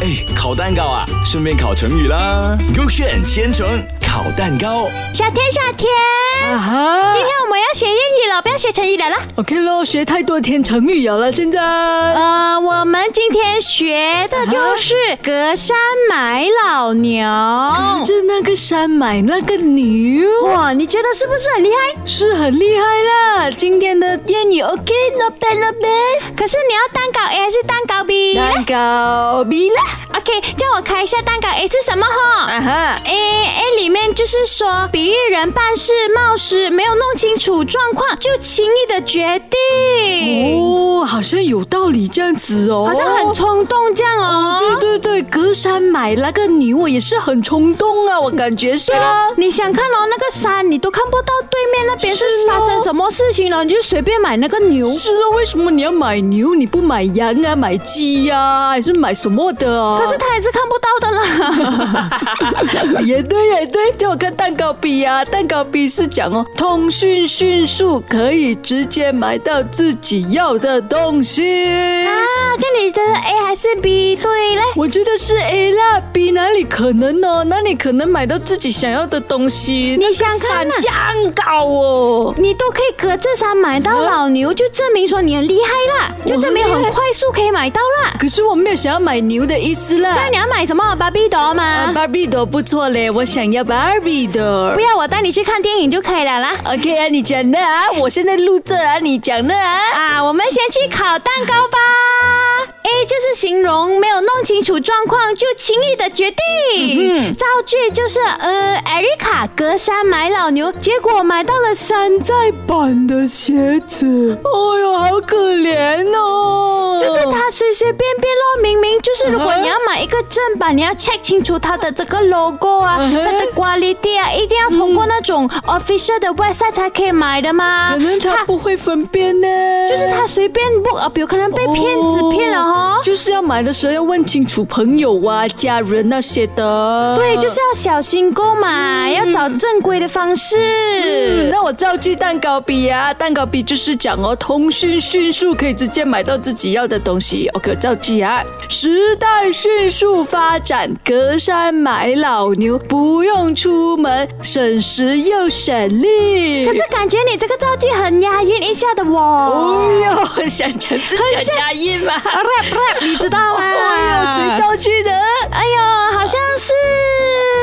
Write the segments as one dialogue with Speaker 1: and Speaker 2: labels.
Speaker 1: 哎，烤蛋糕啊，顺便烤成语啦。勾选千层烤蛋糕，
Speaker 2: 小天，小天，
Speaker 3: 啊哈
Speaker 2: 今天我们要学英语了，不要学成语了啦。
Speaker 3: ，OK 咯，学太多天成语了啦，现在。
Speaker 2: 呃，我们今天学的就是隔山买老牛。
Speaker 3: 这那个山买那个牛，
Speaker 2: 哇，你觉得是不是很厉害？
Speaker 3: 是很厉害啦！今天的谚语 OK no bad no bad，
Speaker 2: 可是你要蛋糕 A 还是蛋糕 B 呢
Speaker 3: 蛋糕比啦，
Speaker 2: ？OK，叫我开一下蛋糕 A 是什么哈
Speaker 3: 啊哈，
Speaker 2: ？A A 里面就是说，比喻人办事冒失，没有弄清楚状况就轻易的决定，
Speaker 3: 哦，好像有道理这样子哦，
Speaker 2: 好像很冲动这样哦。
Speaker 3: 对对对，隔山买那个牛，我也是很冲动啊，我感觉是啊。
Speaker 2: 你想看哦，那个山你都看不到对面那边是
Speaker 3: 是哦
Speaker 2: 发生什么事情了，你就随便买那个牛。
Speaker 3: 是啊，为什么你要买牛，你不买羊啊，买鸡呀、还是买什么的啊？
Speaker 2: 可是他还是看不到的啦。
Speaker 3: 也对也对，叫我看蛋糕比呀、蛋糕比是讲哦，通讯迅速，可以直接买到自己要的东西。
Speaker 2: 啊，这里的 A 还是 B 对嘞？
Speaker 3: 我觉得是 A 啦，B 哪里可能呢？哪里可能买到自己想要的东西？
Speaker 2: 你想看啊
Speaker 3: 这样高哦。
Speaker 2: 你都可以隔着山买到老牛，就证明说你很厉害啦，就证明很快速可以买到啦。
Speaker 3: 可是我没有想要买牛的意思啦。
Speaker 2: 那你要买什么芭比朵
Speaker 3: 啊
Speaker 2: 吗？
Speaker 3: ，Barbie 的不错嘞，我想要 Barbie 的
Speaker 2: 不。要，我带你去看电影就可以了啦。
Speaker 3: OK 啊，你讲的啊，我现在录这啊，你讲的啊。
Speaker 2: 啊，我们先去烤蛋糕吧。A 就是形容没有弄清楚状况就轻易的决
Speaker 3: 嗯
Speaker 2: 定，造句就是呃，艾瑞卡隔山买老牛，结果买到了山寨版的鞋子。
Speaker 3: 哎呦，好可怜哦。
Speaker 2: 就是他随随便便咯，明明就是如果
Speaker 3: 嗯哼
Speaker 2: 你要买一个正版，你要 check 清楚它的这个 logo 啊，
Speaker 3: 嗯哼嗯
Speaker 2: 它的 quality 啊，一定要通过那种 official 的 website 才可以买的嘛
Speaker 3: 可。能他不会分辨呢。
Speaker 2: 就是他随便 book 啊，有可能被骗子骗了哦。
Speaker 3: 就是要买的时候要问清楚朋友啊、家人那些的。
Speaker 2: 对，哎就是要小心购买，要找正规的方
Speaker 3: 嗯。
Speaker 2: 式。
Speaker 3: 那我造句蛋糕比啊，蛋糕比就是讲哦，通讯迅速可以直接买到自己要的东西。OK，我造句啊，时代迅速发展，隔山买老牛，不用出门，省时又省力。
Speaker 2: 可是感觉你这个造句很押韵一下的哦
Speaker 3: 哎呦，很想讲自己的押韵嘛。
Speaker 2: ，rap rap，你知道吗？
Speaker 3: 哎呦，谁造句的？啊
Speaker 2: 哎呦，好像是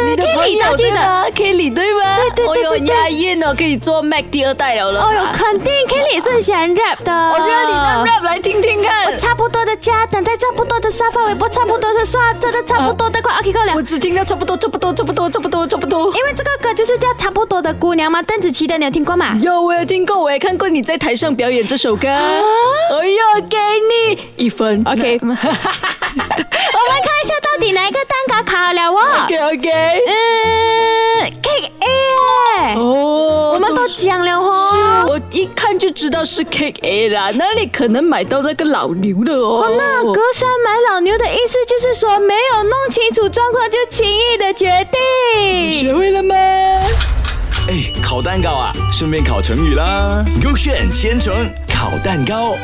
Speaker 3: 你的
Speaker 2: Kelly 造句的。
Speaker 3: ，Kelly 对吗？
Speaker 2: 对对对对对
Speaker 3: 哎呦，押韵哦，可以做 Mac 第二代了了。啊
Speaker 2: 哦哟，肯定 Kelly 也是很喜欢 rap 的。
Speaker 3: 我让你
Speaker 2: 啊
Speaker 3: 的哦 rap 来听听看。
Speaker 2: 差不多的家，等待差不多的沙发，微博差不多是刷，真的差不多的快，OK 够了
Speaker 3: 我。只听到差不多，差不多，差不多，差不多，差不多。
Speaker 2: 因为这个歌就是叫《差不多的姑娘》嘛，邓紫棋的，你有听过吗？
Speaker 3: 有，我有听过，我也看过你在台上表演这首歌。哎呦，给你一分。
Speaker 2: 啊 OK 我们看一下到底哪一个蛋糕烤了哦。
Speaker 3: OK OK。
Speaker 2: 嗯，Cake A，耶
Speaker 3: 哦，
Speaker 2: 我们都
Speaker 3: 是。
Speaker 2: 讲了哦。
Speaker 3: 我一看就知道是 Cake A 啦，那你可能买到那个老牛的哦。
Speaker 2: 哦，那隔山买老牛的意思就是说，没有弄清楚状况就轻易的决定。
Speaker 3: 学会了吗？
Speaker 1: 哎，烤蛋糕啊，顺便烤成语啦。勾选千层烤蛋糕。